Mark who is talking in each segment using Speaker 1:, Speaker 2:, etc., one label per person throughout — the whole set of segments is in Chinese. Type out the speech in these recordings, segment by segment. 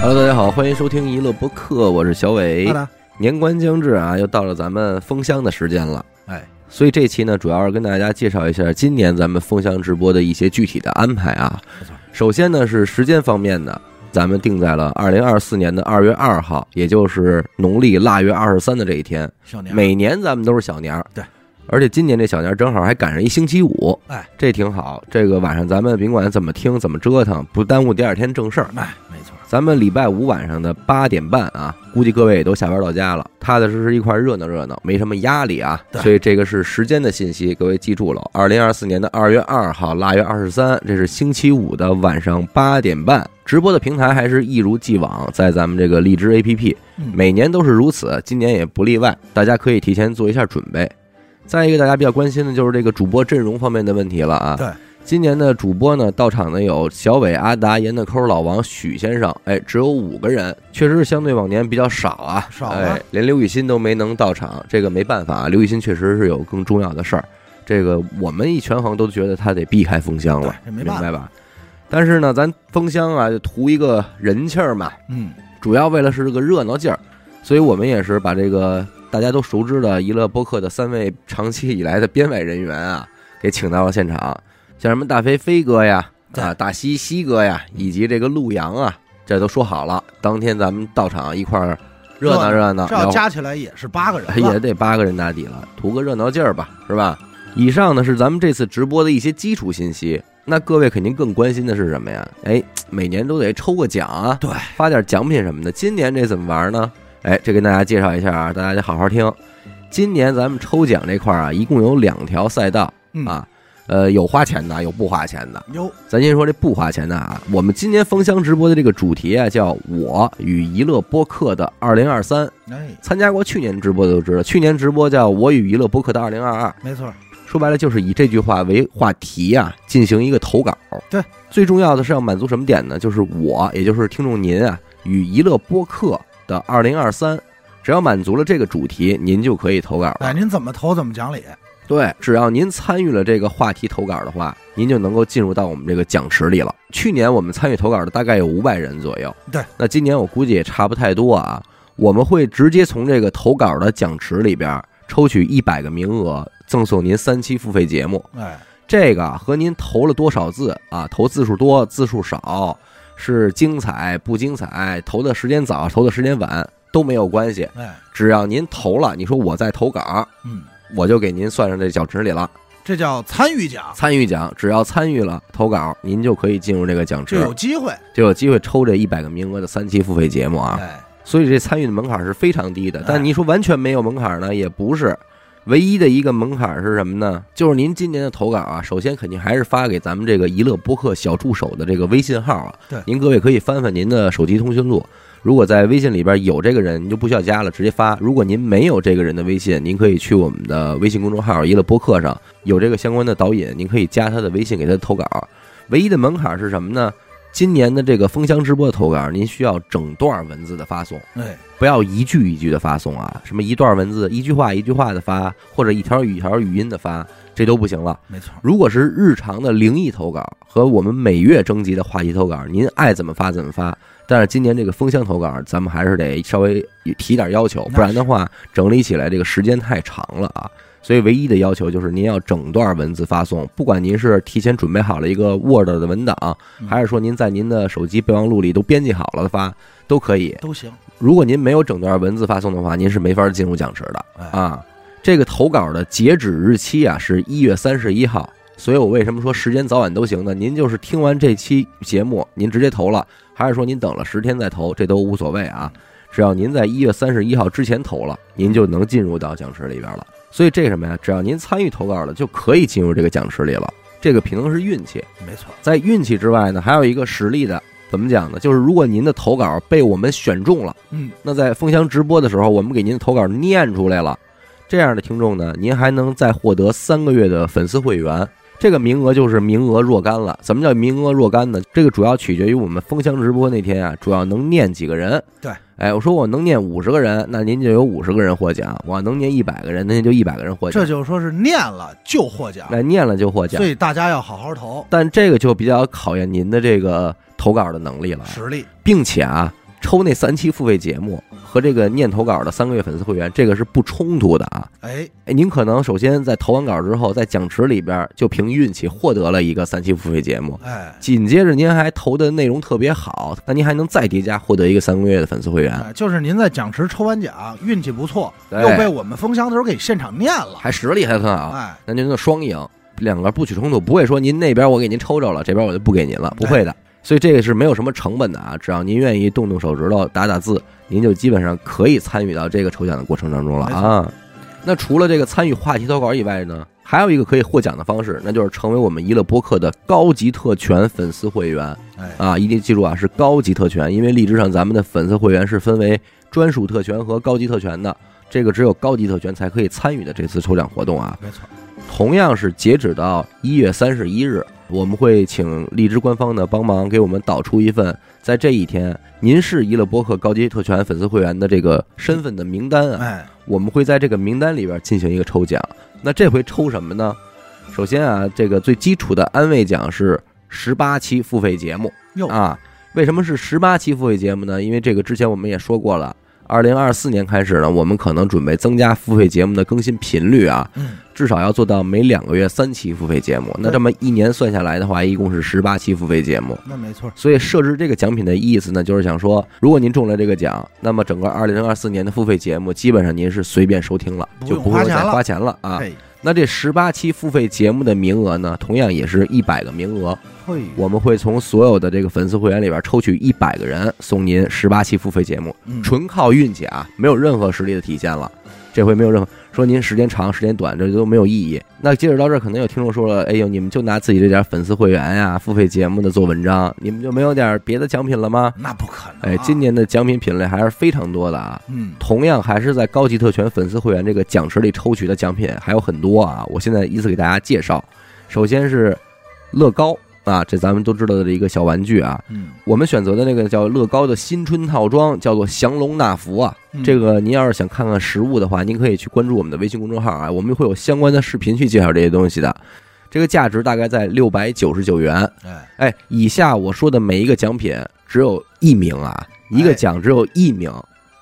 Speaker 1: Hello，大家好，欢迎收听娱乐播客，我是小伟
Speaker 2: 好。的，
Speaker 1: 年关将至啊，又到了咱们封箱的时间了。
Speaker 2: 哎，
Speaker 1: 所以这期呢，主要是跟大家介绍一下今年咱们封箱直播的一些具体的安排啊
Speaker 2: 没错。
Speaker 1: 首先呢是时间方面呢，咱们定在了二零二四年的二月二号，也就是农历腊月二十三的这一天。
Speaker 2: 小年
Speaker 1: 每年咱们都是小年儿，
Speaker 2: 对。
Speaker 1: 而且今年这小年儿正好还赶上一星期五，
Speaker 2: 哎，
Speaker 1: 这挺好。这个晚上咱们甭管怎么听怎么折腾，不耽误第二天正事儿。
Speaker 2: 哎，没错，
Speaker 1: 咱们礼拜五晚上的八点半啊，估计各位也都下班到家了，踏踏实实一块儿热闹热闹，没什么压力啊。
Speaker 2: 对
Speaker 1: 所以这个是时间的信息，各位记住了，二零二四年的二月二号，腊月二十三，这是星期五的晚上八点半。直播的平台还是一如既往，在咱们这个荔枝 APP，
Speaker 2: 嗯
Speaker 1: 每年都是如此，今年也不例外。大家可以提前做一下准备。再一个，大家比较关心的就是这个主播阵容方面的问题了啊。
Speaker 2: 对，
Speaker 1: 今年的主播呢，到场呢有小伟、阿达、严的抠、老王、许先生，哎，只有五个人，确实是相对往年比较少啊，
Speaker 2: 少啊
Speaker 1: 哎，连刘雨欣都没能到场，这个没办法，啊刘雨欣确实是有更重要的事儿，这个我们一权衡都觉得他得避开封箱了，
Speaker 2: 对这
Speaker 1: 明
Speaker 2: 没办法
Speaker 1: 白吧？但是呢，咱封箱啊，就图一个人气儿嘛，
Speaker 2: 嗯，
Speaker 1: 主要为了是这个热闹劲儿，所以我们也是把这个大家都熟知的娱乐播客的三位长期以来的编委人员啊，给请到了现场，像什么大飞飞哥呀，啊
Speaker 2: 对
Speaker 1: 大西西哥呀，以及这个陆阳啊，这都说好了，当天咱们到场一块儿热闹热闹，
Speaker 2: 这要
Speaker 1: 聊
Speaker 2: 加起来也是八个人了
Speaker 1: 也得八个人打底了，图个热闹劲儿吧，是吧？以上呢是咱们这次直播的一些基础信息。那各位肯定更关心的是什么呀？哎，每年都得抽个奖啊，
Speaker 2: 对，
Speaker 1: 发点奖品什么的。今年这怎么玩呢？哎，这跟大家介绍一下啊，大家得好好听。今年咱们抽奖这块儿啊，一共有两条赛道
Speaker 2: 嗯
Speaker 1: 啊，呃，有花钱的，有不花钱的。
Speaker 2: 哟，
Speaker 1: 咱先说这不花钱的啊，我们今年封箱直播的这个主题啊，叫“我与娱乐播客的二零二三”。
Speaker 2: 哎，
Speaker 1: 参加过去年直播的都知道，去年直播叫“我与娱乐播客的二零二二
Speaker 2: 没错，”，
Speaker 1: 说白了就是以这句话为话题啊，进行一个投稿。
Speaker 2: 对，
Speaker 1: 最重要的是要满足什么点呢？就是我，也就是听众您啊，与娱乐播客的二零二三，只要满足了这个主题，您就可以投稿了。
Speaker 2: 哎，您怎么投怎么讲理，
Speaker 1: 对，只要您参与了这个话题投稿的话，您就能够进入到我们这个奖池里了。去年我们参与投稿的大概有五百人左右，
Speaker 2: 对，
Speaker 1: 那今年我估计也差不太多啊。我们会直接从这个投稿的奖池里边抽取一百个名额，赠送您三期付费节目。
Speaker 2: 哎，
Speaker 1: 这个啊和您投了多少字啊，投字数多字数少，是精彩不精彩，投的时间早投的时间晚都没有关系，
Speaker 2: 哎，
Speaker 1: 只要您投了，你说我在投稿，
Speaker 2: 嗯，
Speaker 1: 我就给您算上这奖池里了。
Speaker 2: 这叫参与奖，
Speaker 1: 参与奖，只要参与了投稿，您就可以进入这个奖池
Speaker 2: 这，有机会，
Speaker 1: 就有机会抽这一百个名额的三期付费节目啊。
Speaker 2: 哎，
Speaker 1: 所以这参与的门槛是非常低的
Speaker 2: 哎。
Speaker 1: 但您说完全没有门槛呢，也不是。唯一的一个门槛是什么呢？就是您今年的投稿啊，首先肯定还是发给咱们这个娱乐播客小助手的这个微信号啊。
Speaker 2: 对
Speaker 1: 您各位可以翻翻您的手机通讯录，如果在微信里边有这个人，您就不需要加了，直接发；如果您没有这个人的微信，您可以去我们的微信公众号“娱乐播客”上有这个相关的导引，您可以加他的微信给他投稿。唯一的门槛是什么呢？今年的这个封箱直播的投稿，您需要整段文字的发送。
Speaker 2: 哎，
Speaker 1: 不要一句一句的发送啊，什么一段文字、一句话一句话的发，或者一条语一条语音的发，这都不行了。
Speaker 2: 没错，
Speaker 1: 如果是日常的灵异投稿和我们每月征集的话题投稿，您爱怎么发怎么发。但是今年这个风箱投稿，咱们还是得稍微提点要求，
Speaker 2: 那是
Speaker 1: 不然的话整理起来这个时间太长了啊。所以唯一的要求就是您要整段文字发送，不管您是提前准备好了一个 Word 的文档，
Speaker 2: 嗯
Speaker 1: 还是说您在您的手机备忘录里都编辑好了发，都可以。
Speaker 2: 都行，
Speaker 1: 如果您没有整段文字发送的话，您是没法进入奖池的
Speaker 2: 哎，
Speaker 1: 啊。这个投稿的截止日期啊是一月三十一号，所以我为什么说时间早晚都行呢？您就是听完这期节目，您直接投了，还是说您等了十天再投，这都无所谓啊。只要您在一月三十一号之前投了，您就能进入到奖池里边了。所以这什么呀？只要您参与投稿了，就可以进入这个奖池里了。这个凭的是运气，
Speaker 2: 没错，
Speaker 1: 在运气之外呢，还有一个实力的，怎么讲呢？就是如果您的投稿被我们选中了，
Speaker 2: 嗯，
Speaker 1: 那在封箱直播的时候，我们给您的投稿念出来了，这样的听众呢，您还能再获得三个月的粉丝会员。这个名额就是名额若干了。什么叫名额若干呢？这个主要取决于我们封箱直播那天啊，主要能念几个人。
Speaker 2: 对，
Speaker 1: 哎，我说我能念五十个人，那您就有五十个人获奖；我能念一百个人，那您就一百个人获奖
Speaker 2: 这。就说是念了就获奖，
Speaker 1: 那念了就获奖
Speaker 2: 所，以大家要好好投，
Speaker 1: 但这个就比较考验您的这个投稿的能力了。
Speaker 2: 实力，
Speaker 1: 并且啊，抽那三期付费节目和这个念投稿的三个月粉丝会员，这个是不冲突的啊。
Speaker 2: 哎，
Speaker 1: 哎，您可能首先在投完稿之后，在奖池里边就凭运气获得了一个三期付费节目，
Speaker 2: 哎，
Speaker 1: 紧接着您还投的内容特别好，那您还能再叠加获得一个三个月的粉丝会员，
Speaker 2: 哎就是您在奖池抽完奖，运气不错，
Speaker 1: 对啊
Speaker 2: 又被我们封箱的时候给现场念了，
Speaker 1: 还实力还很好，
Speaker 2: 哎，
Speaker 1: 那您就双赢，两个不许冲突，不会说您那边我给您抽着了，这边我就不给您了，不会的。所以这个是没有什么成本的啊，只要您愿意动动手指头打打字，您就基本上可以参与到这个抽奖的过程当中了啊。那除了这个参与话题投稿以外呢，还有一个可以获奖的方式，那就是成为我们娱乐播客的高级特权粉丝会员。
Speaker 2: 哎，
Speaker 1: 啊，一定记住啊，是高级特权，因为荔枝上咱们的粉丝会员是分为专属特权和高级特权的，这个只有高级特权才可以参与的这次抽奖活动啊。
Speaker 2: 没错，
Speaker 1: 同样是截止到一月三十一日，我们会请荔枝官方呢帮忙给我们导出一份在这一天您是娱乐播客高级特权粉丝会员的这个身份的名单啊。
Speaker 2: 哎，
Speaker 1: 我们会在这个名单里边进行一个抽奖。那这回抽什么呢？首先啊，这个最基础的安慰奖是十八期付费节目
Speaker 2: 哟
Speaker 1: 啊。为什么是十八期付费节目呢？因为这个之前我们也说过了，二零二四年开始呢，我们可能准备增加付费节目的更新频率啊，
Speaker 2: 嗯，
Speaker 1: 至少要做到每两个月三期付费节目。那这么一年算下来的话，一共是十八期付费节目。
Speaker 2: 那没错，
Speaker 1: 所以设置这个奖品的意思呢，就是想说，如果您中了这个奖，那么整个二零二四年的付费节目，基本上您是随便收听了，
Speaker 2: 不
Speaker 1: 就
Speaker 2: 用
Speaker 1: 不
Speaker 2: 花
Speaker 1: 会
Speaker 2: 钱
Speaker 1: 再
Speaker 2: 了
Speaker 1: 花钱了啊。
Speaker 2: 嘿，
Speaker 1: 那这十八期付费节目的名额呢，同样也是一百个名额，
Speaker 2: 嘿，
Speaker 1: 我们会从所有的这个粉丝会员里边抽取一百个人，送您十八期付费节目，
Speaker 2: 嗯
Speaker 1: 纯靠运气啊，没有任何实力的体现了。这回没有任何说您时间长时间短，这都没有意义。那接着到这儿，可能有听众说了：“哎呦，你们就拿自己这点粉丝会员呀、付费节目的做文章，你们就没有点别的奖品了吗
Speaker 2: 那不可能、啊，？”
Speaker 1: 哎，今，年的奖品品类还是非常多的啊。
Speaker 2: 嗯，
Speaker 1: 同样还是在高级特权粉丝会员这个奖池里抽取的奖品还有很多啊，我现在依次给大家介绍。首先是乐高啊，这咱们都知道的一个小玩具啊。
Speaker 2: 嗯，
Speaker 1: 我们选择的那个叫乐高的新春套装，叫做降龙纳福啊。
Speaker 2: 嗯
Speaker 1: 这个您要是想看看实物的话，您可以去关注我们的微信公众号啊，我们会有相关的视频去介绍这些东西的。这个价值大概在六百九十九元。
Speaker 2: 哎，
Speaker 1: 哎，以下我说的每一个奖品只有一名啊，一个
Speaker 2: 哎
Speaker 1: 奖只有一名，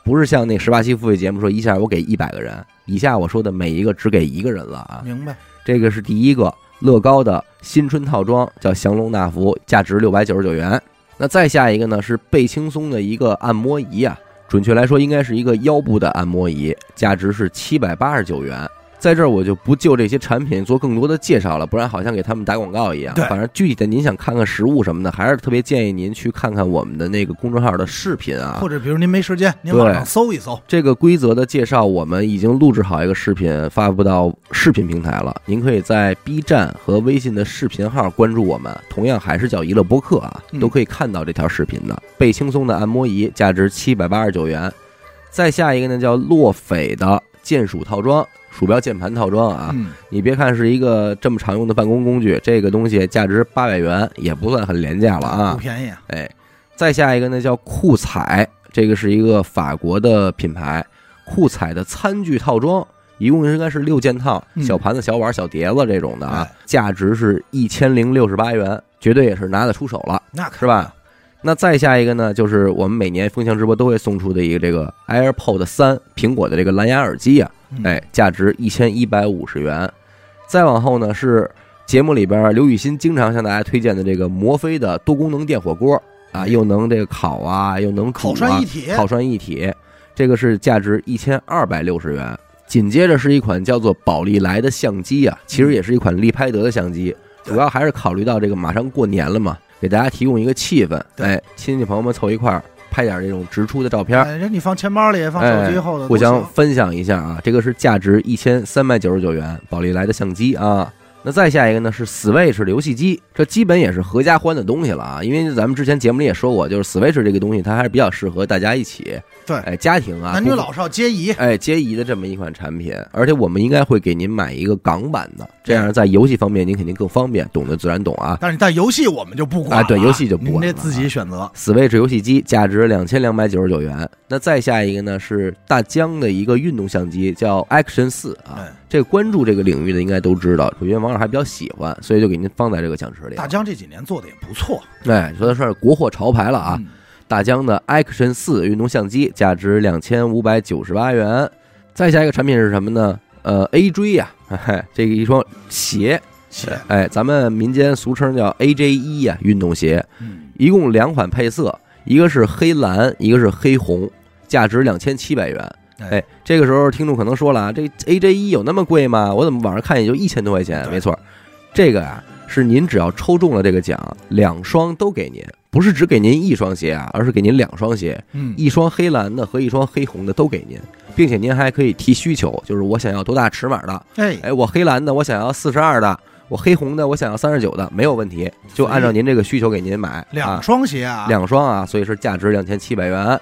Speaker 1: 不是像那十八期付费节目说一下我给一百个人，以下我说的每一个只给一个人了啊。
Speaker 2: 明白，
Speaker 1: 这个是第一个乐高的新春套装，叫降龙纳福，价值六百九十九元。那再下一个呢是贝轻松的一个按摩仪啊，准确来说应该是一个腰部的按摩仪，价值是七百八十九元。在这儿我就不就这些产品做更多的介绍了，不然好像给他们打广告一样。
Speaker 2: 对
Speaker 1: 反正具体的您想看看实物什么的，还是特别建议您去看看我们的那个公众号的视频啊，
Speaker 2: 或者比如您没时间，您
Speaker 1: 对
Speaker 2: 网上搜一搜，
Speaker 1: 这个规则的介绍，我们已经录制好一个视频，发布到视频平台了。您可以在 B 站和微信的视频号关注我们，同样还是叫娱乐播客啊，
Speaker 2: 嗯
Speaker 1: 都可以看到这条视频的。贝轻松的按摩仪价值七百八十九元，再下一个呢叫洛斐的键鼠套装，鼠标键盘套装啊。
Speaker 2: 嗯，
Speaker 1: 你别看是一个这么常用的办公工具，这个东西价值八百元，也不算很廉价了啊
Speaker 2: 不。便宜啊，
Speaker 1: 哎，再下一个呢叫酷彩，这个是一个法国的品牌，酷彩的餐具套装，一共应该是六件套，
Speaker 2: 嗯
Speaker 1: 小盘子、小碗、小碟子这种的啊
Speaker 2: 哎，
Speaker 1: 价值是一千零六十八元，绝对也是拿得出手了。
Speaker 2: 那可
Speaker 1: 是吧？那再下一个呢，就是我们每年风向直播都会送出的一个这个 AirPod 三苹果的这个蓝牙耳机呀、
Speaker 2: 嗯
Speaker 1: 哎，价值一千一百五十元。再往后呢是节目里边刘雨欣经常向大家推荐的这个摩飞的多功能电火锅啊，又能这个烤啊，又能
Speaker 2: 嗯烤
Speaker 1: 烤
Speaker 2: 涮一体，
Speaker 1: 烤涮一体，这个是价值一千二百六十元。紧接着是一款叫做宝丽来的相机啊，其实也是一款力拍得的相机，
Speaker 2: 对
Speaker 1: 主要还是考虑到这个马上过年了嘛，给大家提供一个气氛，
Speaker 2: 对
Speaker 1: 哎，亲戚朋友们凑一块儿拍点这种直出的照片，
Speaker 2: 哎，人你放钱包里，放手机后
Speaker 1: 哎
Speaker 2: 头都行，
Speaker 1: 互相分享一下啊。这个是价值一千三百九十九元宝丽来的相机啊。那再下一个呢是 Switch 游戏机，这基本也是合家欢的东西了啊。因为咱们之前节目里也说过，就是 Switch 这个东西它还是比较适合大家一起，
Speaker 2: 对
Speaker 1: 哎，家庭啊，
Speaker 2: 男女
Speaker 1: 公
Speaker 2: 老少皆宜，
Speaker 1: 哎皆宜的这么一款产品。而且我们应该会给您买一个港版的，这样在游戏方面您肯定更方便，懂的自然懂啊。
Speaker 2: 但是但游戏我们就不管了
Speaker 1: 啊对游戏就不管
Speaker 2: 您
Speaker 1: 了啊
Speaker 2: 这自己选择。
Speaker 1: Switch 游戏机价值两千两百九十九元。那再下一个呢是大疆的一个运动相机，叫 Action 四啊
Speaker 2: 哎。
Speaker 1: 这个关注这个领域的应该都知道，有些网友还比较喜欢，所以就给您放在这个奖池里。
Speaker 2: 大疆这几年做的也不错
Speaker 1: 哎，说的是国货潮牌了啊。
Speaker 2: 嗯
Speaker 1: 大疆的 Action 四运动相机，价值两千五百九十八元。再下一个产品是什么呢？呃，A J 呀、哎这个一双鞋，
Speaker 2: 切
Speaker 1: 哎，咱们民间俗称叫 A J 一呀，运动鞋，
Speaker 2: 嗯，
Speaker 1: 一共两款配色，一个是黑蓝，一个是黑红，价值两千七百元。哎，这个时候听众可能说了啊，这 AJ 一有那么贵吗？我怎么网上看也就一千多块钱？
Speaker 2: 对
Speaker 1: 没错，这个啊是您只要抽中了这个奖，两双都给您，不是只给您一双鞋啊，而是给您两双鞋，
Speaker 2: 嗯，
Speaker 1: 一双黑蓝的和一双黑红的都给您，并且您还可以提需求，就是我想要多大尺码的，
Speaker 2: 哎，
Speaker 1: 哎，我黑蓝的我想要四十二的，我黑红的我想要三十九的，没有问题，就按照您这个需求给您买
Speaker 2: 两
Speaker 1: 啊
Speaker 2: 双鞋啊，
Speaker 1: 两双啊，所以是价值两千七百元。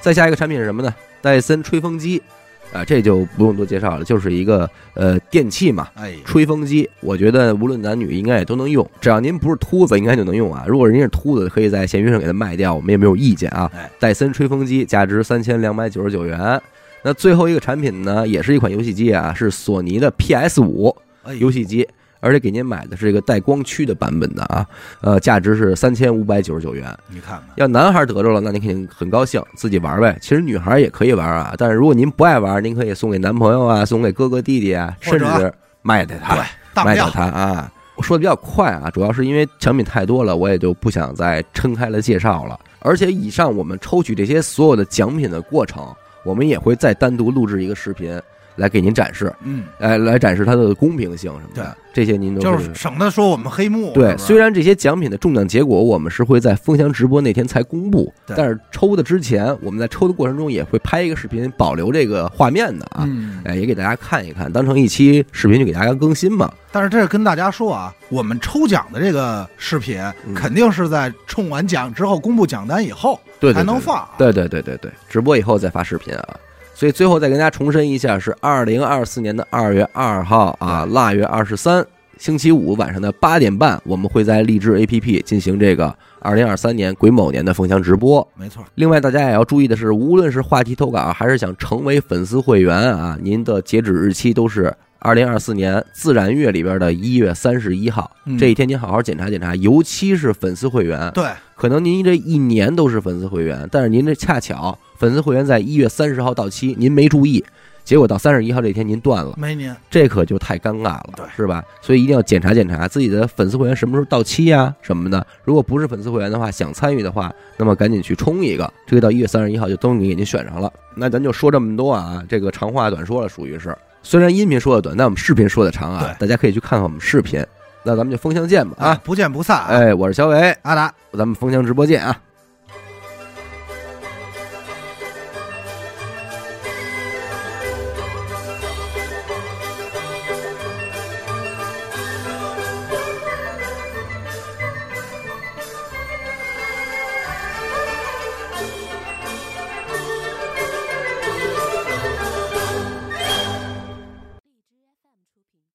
Speaker 1: 再下一个产品是什么呢？戴森吹风机，啊，这就不用多介绍了，就是一个呃电器嘛，
Speaker 2: 哎，
Speaker 1: 吹风机。我觉得无论男女应该也都能用，只要您不是秃子，应该就能用啊。如果人家是秃子，可以在闲鱼上给他卖掉，我们也没有意见啊
Speaker 2: 哎。
Speaker 1: 戴森吹风机价值三千两百九十九元。那最后一个产品呢，也是一款游戏机啊，是索尼的 PS 五
Speaker 2: 哎
Speaker 1: 游戏机，而且给您买的是一个带光驱的版本的啊，呃，价值是三千五百九十九元。
Speaker 2: 你看看，
Speaker 1: 要男孩得着了，那您肯定很高兴，自己玩呗。其实女孩也可以玩啊，但是如果您不爱玩，您可以送给男朋友啊，送给哥哥弟弟啊，
Speaker 2: 嗯
Speaker 1: 甚
Speaker 2: 或者
Speaker 1: 至卖给他，
Speaker 2: 对，大不
Speaker 1: 卖给
Speaker 2: 了，
Speaker 1: 他啊。我说的比较快啊，主要是因为产品太多了，我也就不想再撑开了介绍了。而且以上我们抽取这些所有的奖品的过程，我们也会再单独录制一个视频来给您展示，
Speaker 2: 嗯，
Speaker 1: 哎，来展示它的公平性什么的，这些您都
Speaker 2: 就
Speaker 1: 可以
Speaker 2: 是省得说我们黑幕，
Speaker 1: 对，
Speaker 2: 虽
Speaker 1: 虽然这些奖品的中奖结果我们是会在风箱直播那天才公布，
Speaker 2: 对
Speaker 1: 但是抽的之前，我们在抽的过程中也会拍一个视频，保留这个画面的啊，
Speaker 2: 嗯，
Speaker 1: 哎，也给大家看一看，当成一期视频就给大家更新嘛。
Speaker 2: 但是这是跟大家说啊，我们抽奖的这个视频
Speaker 1: 嗯
Speaker 2: 肯定是在冲完奖之后公布奖单以后
Speaker 1: 对对
Speaker 2: 才
Speaker 1: 对
Speaker 2: 能放啊，
Speaker 1: 对对对对对，直播以后再发视频啊。所以最后再跟大家重申一下，是二零二四年的二月二号啊，腊月二十三，星期五晚上的八点半，我们会在荔枝 APP 进行这个二零二三年癸卯年的风箱直播。
Speaker 2: 没错，
Speaker 1: 另外，大家也要注意的是，无论是话题投稿还是想成为粉丝会员啊，您的截止日期都是二零二四年自然月里边的一月三十一号。
Speaker 2: 嗯
Speaker 1: 这一天您好好检查检查，尤其是粉丝会员，
Speaker 2: 对，
Speaker 1: 可能您这一年都是粉丝会员，但是您这恰巧粉丝会员在一月三十号到期，您没注意，结果到三十一号这天您断了，
Speaker 2: 没您，
Speaker 1: 这可就太尴尬了，
Speaker 2: 对
Speaker 1: 是吧？所以一定要检查检查自己的粉丝会员什么时候到期呀、什么的。如果不是粉丝会员的话，想参与的话，那么赶紧去冲一个，这个到一月三十一号就都给您选上了。那咱就说这么多啊，这个长话短说了，属于是。虽然音频说的短，但我们视频说的长啊，大家可以去看看我们视频。那咱们就风箱见吧
Speaker 2: 啊
Speaker 1: 啊！，
Speaker 2: 不见不散啊，
Speaker 1: 哎，我是小伟，
Speaker 2: 阿达。
Speaker 1: 咱们风箱直播见啊！